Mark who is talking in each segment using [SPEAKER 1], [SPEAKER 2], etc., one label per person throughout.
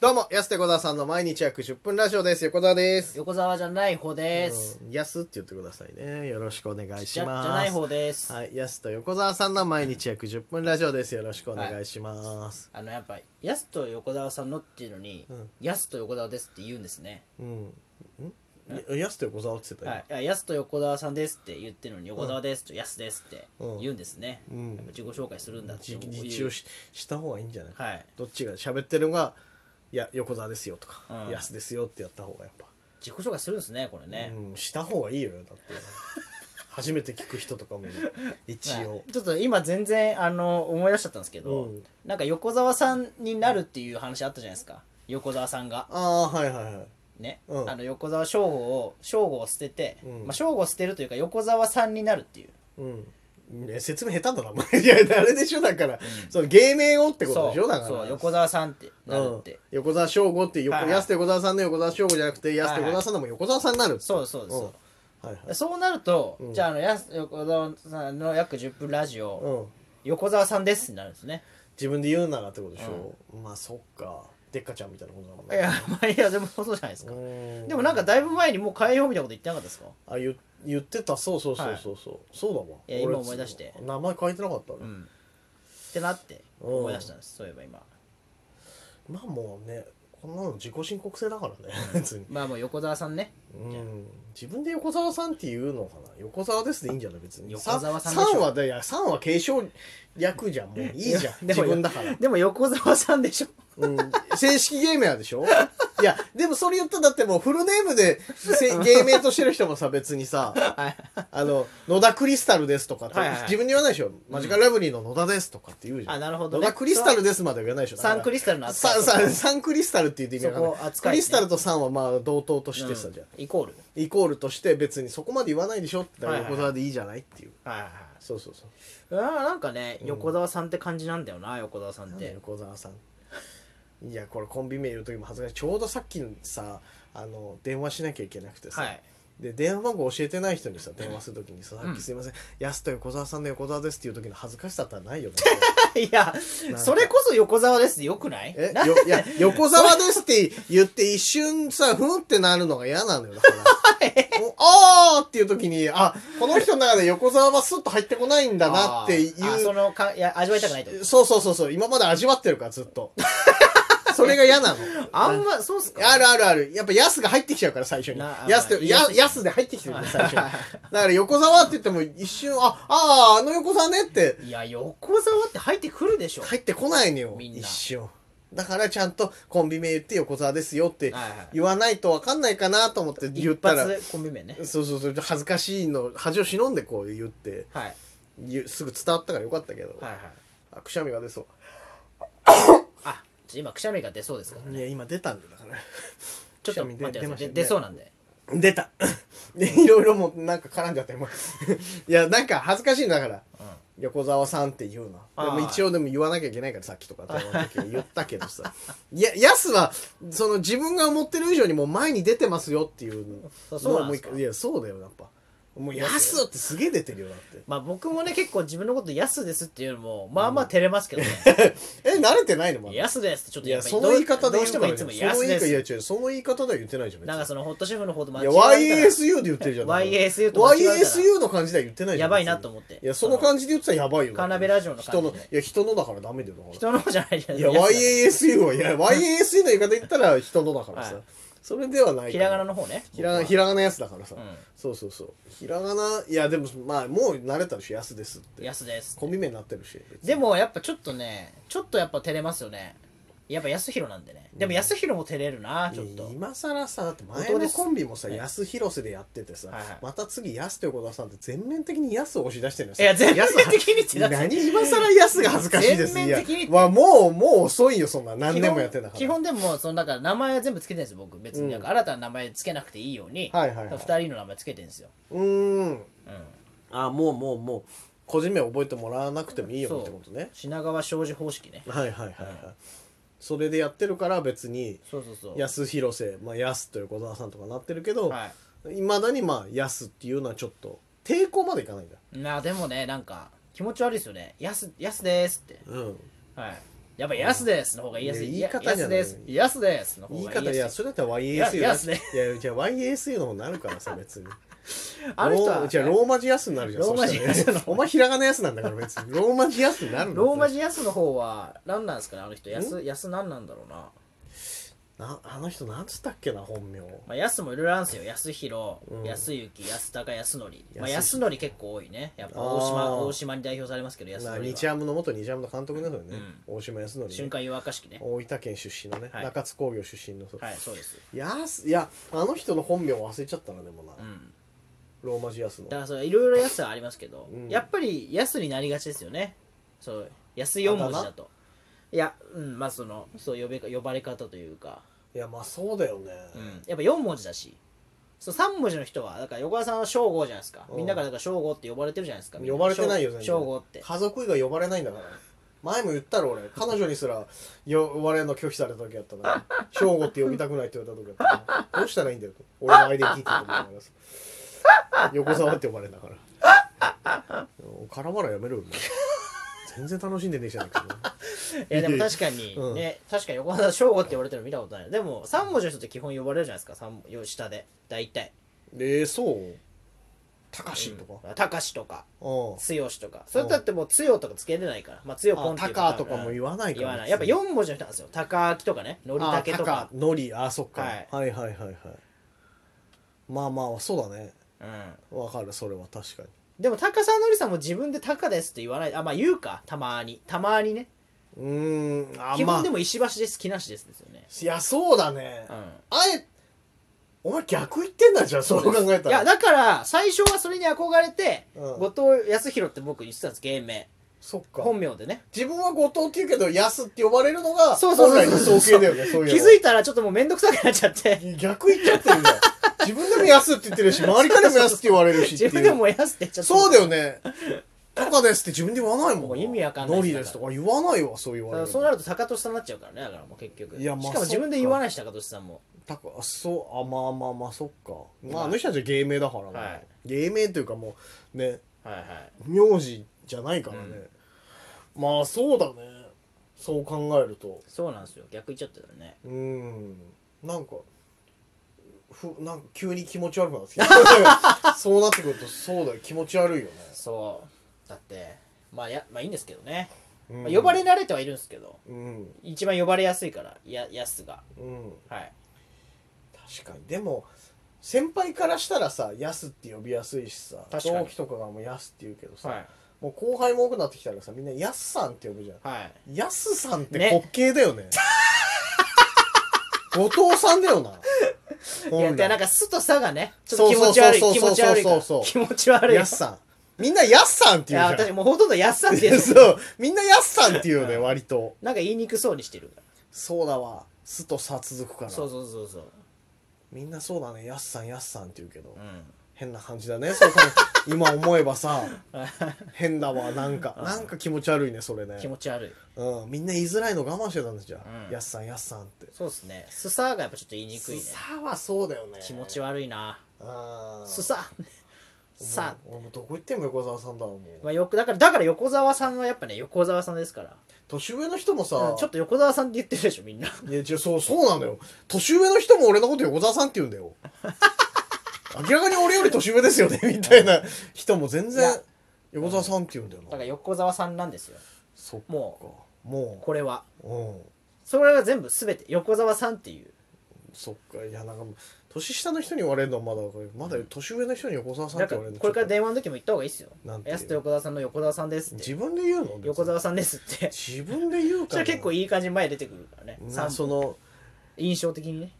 [SPEAKER 1] どうも、安手小沢さんの毎日約10分ラジオです。横澤です。
[SPEAKER 2] 横沢じゃない方です。
[SPEAKER 1] うん安って言ってくださいね。よろしくお願いします。
[SPEAKER 2] じゃじゃない方です。
[SPEAKER 1] はい、安と横澤さんの毎日約10分ラジオです。よろしくお願いします。
[SPEAKER 2] あのやっぱヤスと横沢さんのっていうのに、
[SPEAKER 1] ん
[SPEAKER 2] ヤスと横沢ですって言うんですね。
[SPEAKER 1] うん。ん安と横澤って言ってたよ、
[SPEAKER 2] はい、いやヤスと横沢さんですって言ってるのに横沢ですとヤスですって
[SPEAKER 1] うん
[SPEAKER 2] 言うんですね。
[SPEAKER 1] ん
[SPEAKER 2] やっぱ自己紹介するんだって
[SPEAKER 1] じ
[SPEAKER 2] 思う。
[SPEAKER 1] 一応しした方がいいんじゃない、
[SPEAKER 2] はい。
[SPEAKER 1] どっちが喋ってるのが、いや、横澤ですよとか、
[SPEAKER 2] うん
[SPEAKER 1] 安ですよってやった方がやっぱ。
[SPEAKER 2] 自己紹介するんですねこれね。
[SPEAKER 1] うん、した方がいいよだって初めて聞く人とかも一
[SPEAKER 2] は
[SPEAKER 1] 応
[SPEAKER 2] いちょっと今全然あの思い出しちゃったんですけど、
[SPEAKER 1] うん
[SPEAKER 2] なんか横沢さんになるっていう話あったじゃないですか横沢さんが
[SPEAKER 1] ああーはいはいはい
[SPEAKER 2] ね、
[SPEAKER 1] うん
[SPEAKER 2] あの横澤翔吾を翔吾を捨てて、
[SPEAKER 1] うん
[SPEAKER 2] まあ、翔吾を捨てるというか横澤さんになるっていう
[SPEAKER 1] うん、ね、説明下手だなお前い やあれでしょだから、その芸名をってことでしょだから
[SPEAKER 2] そう横澤さんってなるって、
[SPEAKER 1] うん、横澤翔吾っていう横、
[SPEAKER 2] はいはい
[SPEAKER 1] 安手横澤さんの横澤翔吾じゃなくて安手横澤さんのも横澤さんになる
[SPEAKER 2] そうそうそ
[SPEAKER 1] う
[SPEAKER 2] う
[SPEAKER 1] んはいはい
[SPEAKER 2] そうなると、
[SPEAKER 1] うん
[SPEAKER 2] じゃああのやす横澤さんの約10分ラジオ、
[SPEAKER 1] うん、
[SPEAKER 2] 横澤さんですになるんですね
[SPEAKER 1] 自分で言うならってことでしょ、まあそっかでっかちゃんみたいなことだもん
[SPEAKER 2] いや,、 まあ、いやでもそうじゃないですか、
[SPEAKER 1] うん
[SPEAKER 2] でもなんかだいぶ前にもう変えようみたいなこと言ってなかったですか
[SPEAKER 1] あ言言ってたそうそうそうそうそう、そうだわ
[SPEAKER 2] いや今思い出して
[SPEAKER 1] 名前変えてなかったね、
[SPEAKER 2] うんってなって
[SPEAKER 1] うん
[SPEAKER 2] 思い出したんです、そういえば今
[SPEAKER 1] まあもうねこんなの自己申告制だからね 別に、
[SPEAKER 2] まあもう横澤さんね
[SPEAKER 1] うん、自分で横澤さんって言うのかな横澤ですでいいんじゃない別に
[SPEAKER 2] 横澤さんでしょ
[SPEAKER 1] さんはだいやさんは継承略じゃんもういいじゃん
[SPEAKER 2] で
[SPEAKER 1] 自
[SPEAKER 2] も
[SPEAKER 1] 分だから、
[SPEAKER 2] でも横澤さんでしょ
[SPEAKER 1] うん、正式芸名はでしょいやでもそれ言ったらだってもうフルネームで せ芸名としてる人もさ別にさ
[SPEAKER 2] はい
[SPEAKER 1] あの野田クリスタルですとかって、
[SPEAKER 2] はいはい
[SPEAKER 1] 自分で言わないでしょ、マジカルラブリーの野田ですとかって言うじゃん
[SPEAKER 2] あなるほどね
[SPEAKER 1] 野田クリスタルですまでは言わないでしょ
[SPEAKER 2] サンクリスタルの
[SPEAKER 1] サンサンサンクリスタルって言って意味わかんない
[SPEAKER 2] そこ扱い
[SPEAKER 1] ク
[SPEAKER 2] ね
[SPEAKER 1] リスタルとサンはまあ同等としてさ、
[SPEAKER 2] うん
[SPEAKER 1] じゃん
[SPEAKER 2] イコール
[SPEAKER 1] イコールとして別にそこまで言わないでしょって言ったら
[SPEAKER 2] はいはい
[SPEAKER 1] 横澤でいいじゃないっていう、
[SPEAKER 2] はいはい
[SPEAKER 1] そうそうそう
[SPEAKER 2] はいなんかね、横澤さんって感じなんだよな横澤さんっ
[SPEAKER 1] なんだ
[SPEAKER 2] て
[SPEAKER 1] 横澤さんいやこれコンビ名言う時も恥ずかしいちょうどさっきさあの電話しなきゃいけなくてさ、
[SPEAKER 2] はい
[SPEAKER 1] で電話番号教えてない人にさ電話するときにさ「さっきすいません、やすと横澤さんの横澤です」っていう時の恥ずかしさったらないよね
[SPEAKER 2] いやそれこそ横澤ですよくない
[SPEAKER 1] え
[SPEAKER 2] な
[SPEAKER 1] よい や横澤ですって言って一瞬さふんってなるのが嫌なのよだ からもうあーっていう時にあこの人の中で横澤はスッと入ってこないんだなってい
[SPEAKER 2] あーあそうのかいや味わいたくないと
[SPEAKER 1] そうそうそうそう今まで味わってるからずっと それが嫌なの
[SPEAKER 2] あんまそうっすか
[SPEAKER 1] あるあるある。やっぱヤスが入ってきちゃうから、最初に。
[SPEAKER 2] なあ
[SPEAKER 1] ヤスと、
[SPEAKER 2] まあ
[SPEAKER 1] ヤ
[SPEAKER 2] いい
[SPEAKER 1] ヤスで入ってきてるから、最初に。だから横澤って言っても一瞬、あ、ああ、あの横澤ねって
[SPEAKER 2] いや横澤って入ってくるでしょ
[SPEAKER 1] 入ってこないのよ、
[SPEAKER 2] みんな
[SPEAKER 1] 一瞬。だからちゃんとコンビ名言って横澤ですよって
[SPEAKER 2] はいはい
[SPEAKER 1] 言わないとわかんないかなと思って言ったら
[SPEAKER 2] 一、発コンビ名ね
[SPEAKER 1] そうそうそう、恥ずかしいの、恥を忍んでこう言って、
[SPEAKER 2] はい
[SPEAKER 1] 言うすぐ伝わったからよかったけど、
[SPEAKER 2] はいはい
[SPEAKER 1] あくしゃみが出そう。
[SPEAKER 2] あちょ今くしゃみが出そうですから
[SPEAKER 1] いや、今出たんだよだから。
[SPEAKER 2] ちょっ
[SPEAKER 1] くしゃ
[SPEAKER 2] と
[SPEAKER 1] み
[SPEAKER 2] 待
[SPEAKER 1] 出
[SPEAKER 2] ってくださ
[SPEAKER 1] 出ま
[SPEAKER 2] い
[SPEAKER 1] したね
[SPEAKER 2] で出そうなんで
[SPEAKER 1] 出たでいろいろもうなんか絡んじゃってもういやなんか恥ずかしいんだから、横澤さんって言うなで
[SPEAKER 2] あ
[SPEAKER 1] も
[SPEAKER 2] ー
[SPEAKER 1] 一応でも言わなきゃいけないからさっきとか電話の時は言ったけどさいややすはその自分が思ってる以上にもう前に出てますよっていう
[SPEAKER 2] そうそうなんですか
[SPEAKER 1] もう一回いやそうだよやっぱもうやすってすげえ出てるよだって
[SPEAKER 2] まあ僕もね結構自分のこと「ヤスです」っていうのもまあまあ照れますけどね
[SPEAKER 1] え慣れてないの
[SPEAKER 2] 「
[SPEAKER 1] まだ
[SPEAKER 2] ヤスです」ってちょっと
[SPEAKER 1] い
[SPEAKER 2] や
[SPEAKER 1] や
[SPEAKER 2] っぱ
[SPEAKER 1] そ
[SPEAKER 2] り
[SPEAKER 1] の
[SPEAKER 2] どう
[SPEAKER 1] 言い方で
[SPEAKER 2] どう
[SPEAKER 1] 言
[SPEAKER 2] し
[SPEAKER 1] うか
[SPEAKER 2] ても
[SPEAKER 1] ら
[SPEAKER 2] い
[SPEAKER 1] ね
[SPEAKER 2] つ
[SPEAKER 1] そ
[SPEAKER 2] も
[SPEAKER 1] の
[SPEAKER 2] 「ヤスで
[SPEAKER 1] 言い
[SPEAKER 2] す
[SPEAKER 1] 方」いや違うその言い方では言ってないじゃん別
[SPEAKER 2] なん
[SPEAKER 1] に
[SPEAKER 2] かそのホットシェフの方と
[SPEAKER 1] い
[SPEAKER 2] 間違
[SPEAKER 1] や
[SPEAKER 2] えたら
[SPEAKER 1] YASU で言ってるじゃん
[SPEAKER 2] YASU と間違えたら
[SPEAKER 1] YASU の感じでは言ってないじゃん
[SPEAKER 2] やばいなと思って
[SPEAKER 1] いやその感じで言ってたらやばいよ
[SPEAKER 2] カーナビラジオの感
[SPEAKER 1] 人
[SPEAKER 2] じで
[SPEAKER 1] のいや人のだからダメだよだから
[SPEAKER 2] 人のじゃないじゃない
[SPEAKER 1] いや
[SPEAKER 2] ヤスです
[SPEAKER 1] YASU はいや YASU の言い方言ったら人のだからさ、
[SPEAKER 2] はい
[SPEAKER 1] それではない
[SPEAKER 2] ひらがな
[SPEAKER 1] の
[SPEAKER 2] の方ね
[SPEAKER 1] ひらが
[SPEAKER 2] 僕は
[SPEAKER 1] ひらがなやつだからさ、
[SPEAKER 2] うん
[SPEAKER 1] そうそうそうひらがないやでもまあもう慣れたでしょやすですって
[SPEAKER 2] ヤスです
[SPEAKER 1] コンビ名になってるし
[SPEAKER 2] でもやっぱちょっとねちょっとやっぱ照れますよねやっぱ安弘なんでねでも安弘も照れるなちょっ
[SPEAKER 1] いや
[SPEAKER 2] と
[SPEAKER 1] 今さらさだって前
[SPEAKER 2] 音で
[SPEAKER 1] の
[SPEAKER 2] す
[SPEAKER 1] コンビもさ
[SPEAKER 2] はい
[SPEAKER 1] やす広瀬でやっててさ、
[SPEAKER 2] はいはい
[SPEAKER 1] また次やすということはさんって全面的にやすを押し出してるの
[SPEAKER 2] いや全面
[SPEAKER 1] 安は
[SPEAKER 2] 的にってなって
[SPEAKER 1] 何今更ヤスが恥ずかしいです
[SPEAKER 2] 全
[SPEAKER 1] いや
[SPEAKER 2] 面的にって
[SPEAKER 1] まあもうもう遅いよそんな何年もやってんだから
[SPEAKER 2] 基本基本でもそのだから名前は全部つけてるんですよ僕別になんか新たな名前つけなくていいように
[SPEAKER 1] はいはいはい
[SPEAKER 2] 2人の名前つけてるんですよ
[SPEAKER 1] うーん
[SPEAKER 2] うん
[SPEAKER 1] あもうもうもう個人名覚えてもらわなくてもいいよってことね
[SPEAKER 2] 品川庄司方式ね
[SPEAKER 1] はいはいはいはい、それでやってるから別に
[SPEAKER 2] そうそうそう
[SPEAKER 1] 安広瀬、まあ、安と横澤さんとかなってるけど、
[SPEAKER 2] はい
[SPEAKER 1] まだにまあ安っていうのはちょっと抵抗までいかないんだ
[SPEAKER 2] いなあでもねなんか気持ち悪いですよね「やすやすです」って
[SPEAKER 1] うん
[SPEAKER 2] はいやっぱ安ですの方が言いやすい。
[SPEAKER 1] いや言い方じゃない
[SPEAKER 2] や安です。安ですの方
[SPEAKER 1] 言い
[SPEAKER 2] が言
[SPEAKER 1] 方
[SPEAKER 2] い
[SPEAKER 1] い
[SPEAKER 2] や
[SPEAKER 1] や
[SPEAKER 2] すい。
[SPEAKER 1] それだったら YASU
[SPEAKER 2] いや安ね
[SPEAKER 1] いやじゃあ YASU の方になるからさ別に
[SPEAKER 2] ある人は
[SPEAKER 1] ローじゃあローマ字安になるじゃん
[SPEAKER 2] ローマ字
[SPEAKER 1] そ
[SPEAKER 2] 安
[SPEAKER 1] したらねお前ひらがな安なんだから別にローマ字安になるんだ
[SPEAKER 2] ローマ字安の方は何なんですかねあの人安安何なんだろうな、
[SPEAKER 1] なあの人なんつったっけな本名
[SPEAKER 2] まあ、安もいろいろあるんですよ安弘、
[SPEAKER 1] うん
[SPEAKER 2] 安幸安高安則まあ、
[SPEAKER 1] 安
[SPEAKER 2] 安則結構多いねやっぱ大
[SPEAKER 1] あ
[SPEAKER 2] 島
[SPEAKER 1] ー
[SPEAKER 2] 大島に代表されますけど安
[SPEAKER 1] な
[SPEAKER 2] 則
[SPEAKER 1] 日
[SPEAKER 2] は
[SPEAKER 1] ハムの元日ハムの監督ですよね、大島康則ね
[SPEAKER 2] 瞬間湯沸かしきね
[SPEAKER 1] 大分県出身のね、
[SPEAKER 2] はい
[SPEAKER 1] 中津工業出身のそう
[SPEAKER 2] はいそうです
[SPEAKER 1] やすいやあの人の本名忘れちゃったなでもな、
[SPEAKER 2] うん
[SPEAKER 1] ローマ字安の
[SPEAKER 2] だからそれいろいろ安はありますけど、
[SPEAKER 1] うん
[SPEAKER 2] やっぱり安になりがちですよねそう安4文字だといやうんまあそのそう呼べ呼ばれ方というか、
[SPEAKER 1] いやまあそうだよね、
[SPEAKER 2] うん、やっぱ4文字だしそう3文字の人はだから横川さんは省吾じゃないですか
[SPEAKER 1] うん
[SPEAKER 2] みんなからだから省吾って呼ばれてるじゃないですかみんな
[SPEAKER 1] 呼ばれてないよ全然
[SPEAKER 2] 省吾って
[SPEAKER 1] 家族以外呼ばれないんだから前も言ったろ俺彼女にすら呼ばれるの拒否された時やったな「翔吾って呼びたくない」って言われた時やったなどうしたらいいんだよと俺のアイデンティティと思います横沢って呼ばれるんだから絡まらやめろよお前全然楽しんでねえじゃないか
[SPEAKER 2] いやでも確か に
[SPEAKER 1] うん
[SPEAKER 2] ね、確かに横浜省吾って言われてるの見たことないでも3文字の人って基本呼ばれるじゃないですか三よ下で大体
[SPEAKER 1] えー、そう高志とか、
[SPEAKER 2] うんたかしとか
[SPEAKER 1] うん
[SPEAKER 2] つよしとかそれだってもうつよとかつけれないからまあつよぽんっていう
[SPEAKER 1] あたかとかも言わないから
[SPEAKER 2] 言わないやっぱ4文字の人なんですよたかあきとかねのりたけと
[SPEAKER 1] あ
[SPEAKER 2] か
[SPEAKER 1] 高のりあそっか、
[SPEAKER 2] はい
[SPEAKER 1] はい、はいはいはいまあまあそうだね
[SPEAKER 2] うん
[SPEAKER 1] わかるそれは確かに
[SPEAKER 2] でもたかさんのりさんも自分でたかですって言わないあまあ言うかたまにたまにね
[SPEAKER 1] うーんあ
[SPEAKER 2] 基
[SPEAKER 1] まあ
[SPEAKER 2] 本でも石橋です木梨ですですよね
[SPEAKER 1] いやそうだね、
[SPEAKER 2] うん
[SPEAKER 1] あえお前逆言ってんだじゃんそう考えたら
[SPEAKER 2] いやだから最初はそれに憧れて、
[SPEAKER 1] うん
[SPEAKER 2] 後藤康弘って僕言ってたんです芸名
[SPEAKER 1] そっか
[SPEAKER 2] 本名でね
[SPEAKER 1] 自分は後藤って言うけど安って呼ばれるのが
[SPEAKER 2] そうそうそう
[SPEAKER 1] 本来の尊敬だよねそういう
[SPEAKER 2] 気づいたらちょっともうめんどくさくなっちゃって
[SPEAKER 1] い逆言っちゃってるんだよ自分でも安って言ってるし周りからも安って言われるしってい
[SPEAKER 2] 自
[SPEAKER 1] う
[SPEAKER 2] 分でもやすって言っちゃって
[SPEAKER 1] そうだよねタカですって自分で言わないもん
[SPEAKER 2] もう意味わかんない
[SPEAKER 1] ノリですとか言わないわそう言われ
[SPEAKER 2] だから
[SPEAKER 1] る
[SPEAKER 2] そうなると高俊さんになっちゃうからねだからもう結局
[SPEAKER 1] いやまあ
[SPEAKER 2] しかも自分で言わないし高俊さんも
[SPEAKER 1] たかそうあまあまあまあそっかま
[SPEAKER 2] はい
[SPEAKER 1] ああの人たちは芸名だからね、
[SPEAKER 2] はい
[SPEAKER 1] 芸名というかもうね
[SPEAKER 2] はいはい
[SPEAKER 1] 名字じゃないからね、まあそうだねそう考えると
[SPEAKER 2] そうなんですよ逆言っちゃってたよね
[SPEAKER 1] うんなんかふなんか急に気持ち悪くなってきた そうなってくるとそうだよ気持ち悪いよね、
[SPEAKER 2] そうだってまあやまあいいんですけどね、
[SPEAKER 1] うん
[SPEAKER 2] まあ呼ばれ慣れてはいるんですけど
[SPEAKER 1] うん
[SPEAKER 2] 一番呼ばれやすいからややすが
[SPEAKER 1] うん
[SPEAKER 2] はい
[SPEAKER 1] 確かにでも先輩からしたらさ「やす」って呼びやすいしさ
[SPEAKER 2] 確かに
[SPEAKER 1] 同期とかがもう「やす」って言うけどさ、
[SPEAKER 2] はい
[SPEAKER 1] もう後輩も多くなってきたらさみんな「やすさん」って呼ぶじゃん
[SPEAKER 2] はい
[SPEAKER 1] やすさんって
[SPEAKER 2] ね
[SPEAKER 1] 滑稽だよ ね。後藤さんだよな。
[SPEAKER 2] いや
[SPEAKER 1] 本
[SPEAKER 2] で
[SPEAKER 1] 来
[SPEAKER 2] なんか「す」と「さ」がねちょっと気持ち悪い
[SPEAKER 1] そう
[SPEAKER 2] 気
[SPEAKER 1] そうそうそう
[SPEAKER 2] 持ち悪いから
[SPEAKER 1] そうそう
[SPEAKER 2] 気持ち悪い
[SPEAKER 1] やすさん。みんなやすさんって
[SPEAKER 2] い
[SPEAKER 1] 言
[SPEAKER 2] や
[SPEAKER 1] うじ
[SPEAKER 2] 私もうほとんど「やっさ」って言う
[SPEAKER 1] ゃん。そう。みんなやすさんって言うよね、割と。
[SPEAKER 2] なんか言いにくそうにしてるか
[SPEAKER 1] そうだわ。すとさ続くからら。
[SPEAKER 2] そうそうそうそう
[SPEAKER 1] みんなそうだね。やすさん、やすさんって言うけど
[SPEAKER 2] う。ん
[SPEAKER 1] 変な感じだね。そうか 今思えばさ、変だわ。なんか、なんか気持ち悪いね、それね
[SPEAKER 2] 気。持ち悪い
[SPEAKER 1] うん。みんな言いづらいの我慢してたんですじゃ
[SPEAKER 2] うん
[SPEAKER 1] ん。やすさん、やすさんって。
[SPEAKER 2] そうですねすさがやっぱちょっと言いにくい
[SPEAKER 1] す
[SPEAKER 2] ね
[SPEAKER 1] さはそうだよね。
[SPEAKER 2] 気持ち悪いな
[SPEAKER 1] あー
[SPEAKER 2] すささ
[SPEAKER 1] 俺もうどこ行っても横澤さんだわもう
[SPEAKER 2] まあよくだからだから横澤さんはやっぱね横澤さんですから
[SPEAKER 1] 年上の人もさ、
[SPEAKER 2] うんちょっと横澤さんって言ってるでしょみんな
[SPEAKER 1] いや違うそうそうなんだよ年上の人も俺のこと横澤さんって言うんだよ明らかに俺より年上です よねみたいな人も全
[SPEAKER 2] い
[SPEAKER 1] 然
[SPEAKER 2] や
[SPEAKER 1] 横澤さんって言うんだよ
[SPEAKER 2] だ
[SPEAKER 1] な、
[SPEAKER 2] から横澤さんなんですよ
[SPEAKER 1] そっか
[SPEAKER 2] も
[SPEAKER 1] も
[SPEAKER 2] これは
[SPEAKER 1] ううん
[SPEAKER 2] それは全部全て横澤さんっていう
[SPEAKER 1] そっかいやなんか年下の人に言われるのはまだわかるまだ年上の人に横澤さん
[SPEAKER 2] だ
[SPEAKER 1] って
[SPEAKER 2] か
[SPEAKER 1] 言われ
[SPEAKER 2] ら
[SPEAKER 1] るの
[SPEAKER 2] これか
[SPEAKER 1] ち
[SPEAKER 2] ら
[SPEAKER 1] ょっ
[SPEAKER 2] 電話の時も言った方がいいですよ
[SPEAKER 1] なんていう
[SPEAKER 2] 安と横澤さんの横澤さんです
[SPEAKER 1] と
[SPEAKER 2] って
[SPEAKER 1] 自分で言うの別に
[SPEAKER 2] 横澤さんですって
[SPEAKER 1] 自分で言う
[SPEAKER 2] そ
[SPEAKER 1] か
[SPEAKER 2] れ
[SPEAKER 1] ら
[SPEAKER 2] は結構いい感じに前に出てくるからね
[SPEAKER 1] な
[SPEAKER 2] さん
[SPEAKER 1] その
[SPEAKER 2] 印象的にね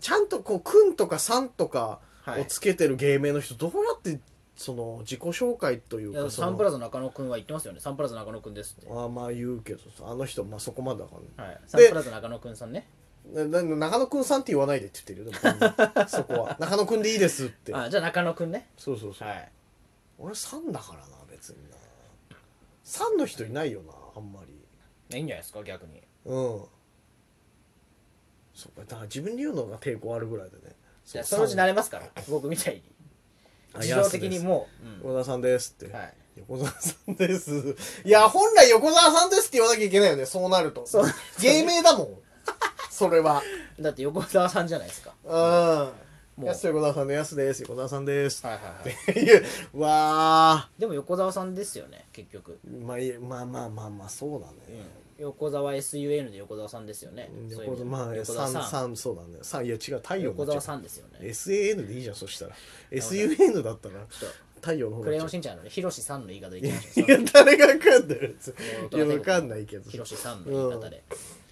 [SPEAKER 1] ちゃんとこう「くん」とか「さん」とか
[SPEAKER 2] はい
[SPEAKER 1] をつけてる芸名の人どうやってその自己紹介という
[SPEAKER 2] いや
[SPEAKER 1] かその
[SPEAKER 2] サンプラザ中野くんは言ってますよねサンプラザ中野くんですって、
[SPEAKER 1] あーまあ言うけどさあの人まあそこまでだか
[SPEAKER 2] はい、サンプラザ中野くんさんね
[SPEAKER 1] らねなな中野くんさんって言わないでって言ってるよでもそこは中野くんでいいですって
[SPEAKER 2] あじゃあ中野くんね
[SPEAKER 1] そうそうそう、
[SPEAKER 2] はい
[SPEAKER 1] 俺さんだからな別になさんの人いないよなあんまり
[SPEAKER 2] いいんじゃないですか逆に
[SPEAKER 1] うんそうかだから自分で言うのが抵抗あるぐらいでね
[SPEAKER 2] いやそのうち慣
[SPEAKER 1] い
[SPEAKER 2] れますから僕みたいに自動的にもう、うん
[SPEAKER 1] 小田さんですって、
[SPEAKER 2] はい
[SPEAKER 1] 横澤さんです。いや、本来横澤さんですって言わなきゃいけないよね、そうなると。
[SPEAKER 2] そう
[SPEAKER 1] 芸名だもん。それは。
[SPEAKER 2] だって横澤さんじゃないですか
[SPEAKER 1] うん。
[SPEAKER 2] もう
[SPEAKER 1] やすと横澤さんのやすです。横澤さんです。
[SPEAKER 2] はいはい、はい、
[SPEAKER 1] っていう、 わ
[SPEAKER 2] でも横澤さんですよね結局、
[SPEAKER 1] ー。まあ、いいまあまあまあまあ、そうだね。
[SPEAKER 2] 横澤 SUN で横澤さんですよねそういう意
[SPEAKER 1] 横
[SPEAKER 2] 味で
[SPEAKER 1] 澤、まあ、
[SPEAKER 2] 横澤
[SPEAKER 1] 三
[SPEAKER 2] さん
[SPEAKER 1] 三そうだね。三いや、違う、太陽
[SPEAKER 2] 横
[SPEAKER 1] になっちゃう
[SPEAKER 2] 澤さんですよね
[SPEAKER 1] SAN でいいじゃん、そしたら。SUN だったら、
[SPEAKER 2] ちょっ
[SPEAKER 1] 太陽の方が
[SPEAKER 2] とクレヨンしんちゃんのねヒロシさんの言い方でいきまし
[SPEAKER 1] い
[SPEAKER 2] ょ
[SPEAKER 1] や、 誰がわかんないやつ。
[SPEAKER 2] う
[SPEAKER 1] いや、わかんないけど。
[SPEAKER 2] ヒロ
[SPEAKER 1] い
[SPEAKER 2] シさんの言い方で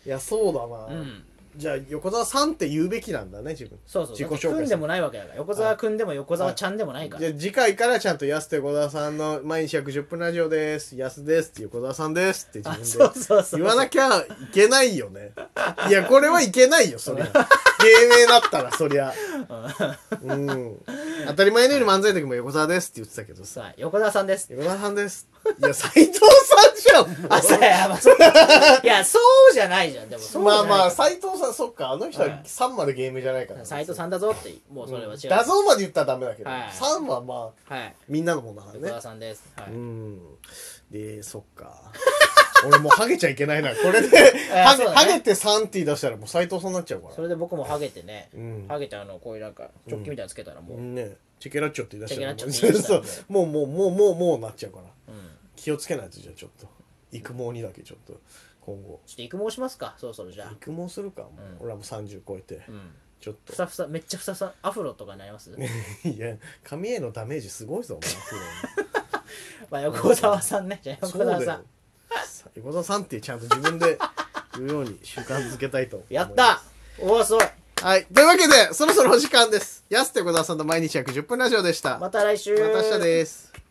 [SPEAKER 1] や、そうだな。
[SPEAKER 2] うん、
[SPEAKER 1] じゃあ、横澤さんって言うべきなんだね、自分。
[SPEAKER 2] そうそう
[SPEAKER 1] 自己
[SPEAKER 2] だって
[SPEAKER 1] 紹
[SPEAKER 2] く
[SPEAKER 1] 介
[SPEAKER 2] ん
[SPEAKER 1] し
[SPEAKER 2] で
[SPEAKER 1] て
[SPEAKER 2] もないわけだから横澤くんでも横澤ちゃんでもないか
[SPEAKER 1] じ
[SPEAKER 2] ら、
[SPEAKER 1] ゃあ次回からちゃんと「やすと横澤さんの毎日約10分ラジオです」「やすです」って横澤さんですって
[SPEAKER 2] あ
[SPEAKER 1] 自
[SPEAKER 2] そう
[SPEAKER 1] 分で
[SPEAKER 2] そうそう
[SPEAKER 1] 言わなきゃいけないよねいやこれはいけないよそりゃ芸名だったらそりゃうん当たり前のように漫才の時も横澤ですって言ってたけどさ
[SPEAKER 2] さあ横澤さんです
[SPEAKER 1] 横澤さんですいや斎藤さんじゃんもう
[SPEAKER 2] あそうや,、まあ、 そういやそうじゃないじゃんでもそうじ
[SPEAKER 1] まあ
[SPEAKER 2] ゃない
[SPEAKER 1] まあ
[SPEAKER 2] 斎
[SPEAKER 1] 斎藤さんそっかあの人
[SPEAKER 2] は
[SPEAKER 1] はい3まで芸名じゃないから
[SPEAKER 2] 藤さんだぞってもうそれは違う、
[SPEAKER 1] 画像まで言ったらダメだけど
[SPEAKER 2] はい
[SPEAKER 1] 3はまあ
[SPEAKER 2] はい
[SPEAKER 1] みんなのもんだから
[SPEAKER 2] 横
[SPEAKER 1] ね
[SPEAKER 2] 澤さんです、はい
[SPEAKER 1] うん。で、そっか。俺もうハゲちゃいけないな。これで、 ハゲ、
[SPEAKER 2] そうだね
[SPEAKER 1] ハゲてサンティ出したらもう斎藤さんになっちゃうか
[SPEAKER 2] それで僕もハゲてね、
[SPEAKER 1] うん
[SPEAKER 2] ハゲてあのこういうなんかチョッキみたいなのつけたらも
[SPEAKER 1] ら。
[SPEAKER 2] う、うん
[SPEAKER 1] ねチェケラッチョって言い出したらもう。
[SPEAKER 2] チェケラ ッチョ
[SPEAKER 1] そ
[SPEAKER 2] っ
[SPEAKER 1] う
[SPEAKER 2] て言い出したら
[SPEAKER 1] もう、もう、もう、もう、もうなっちゃうから。気をつけないと、じゃあちょっと。育毛にだけちょっと、今後。
[SPEAKER 2] ちょっと育毛しますかそろそろじゃあ、
[SPEAKER 1] 育毛するか、も
[SPEAKER 2] うん
[SPEAKER 1] う俺はもう30超えて。
[SPEAKER 2] うん、
[SPEAKER 1] ちょっ
[SPEAKER 2] ふ
[SPEAKER 1] と。
[SPEAKER 2] さふさめっちゃふさふさアフロとかになります
[SPEAKER 1] いや、髪へのダメージすごいぞ、お前。
[SPEAKER 2] まあ横澤さんねじゃあ
[SPEAKER 1] そ
[SPEAKER 2] 横
[SPEAKER 1] うだ
[SPEAKER 2] 澤
[SPEAKER 1] よ
[SPEAKER 2] さん。
[SPEAKER 1] 横澤さんってちゃんと自分で言うように習慣づけたいと思います
[SPEAKER 2] やったおおすごい
[SPEAKER 1] はい。というわけで、そろそろお時間です。やすて小沢さんの毎日約10分ラジオでした。
[SPEAKER 2] ま
[SPEAKER 1] ま
[SPEAKER 2] た来週
[SPEAKER 1] た明日です。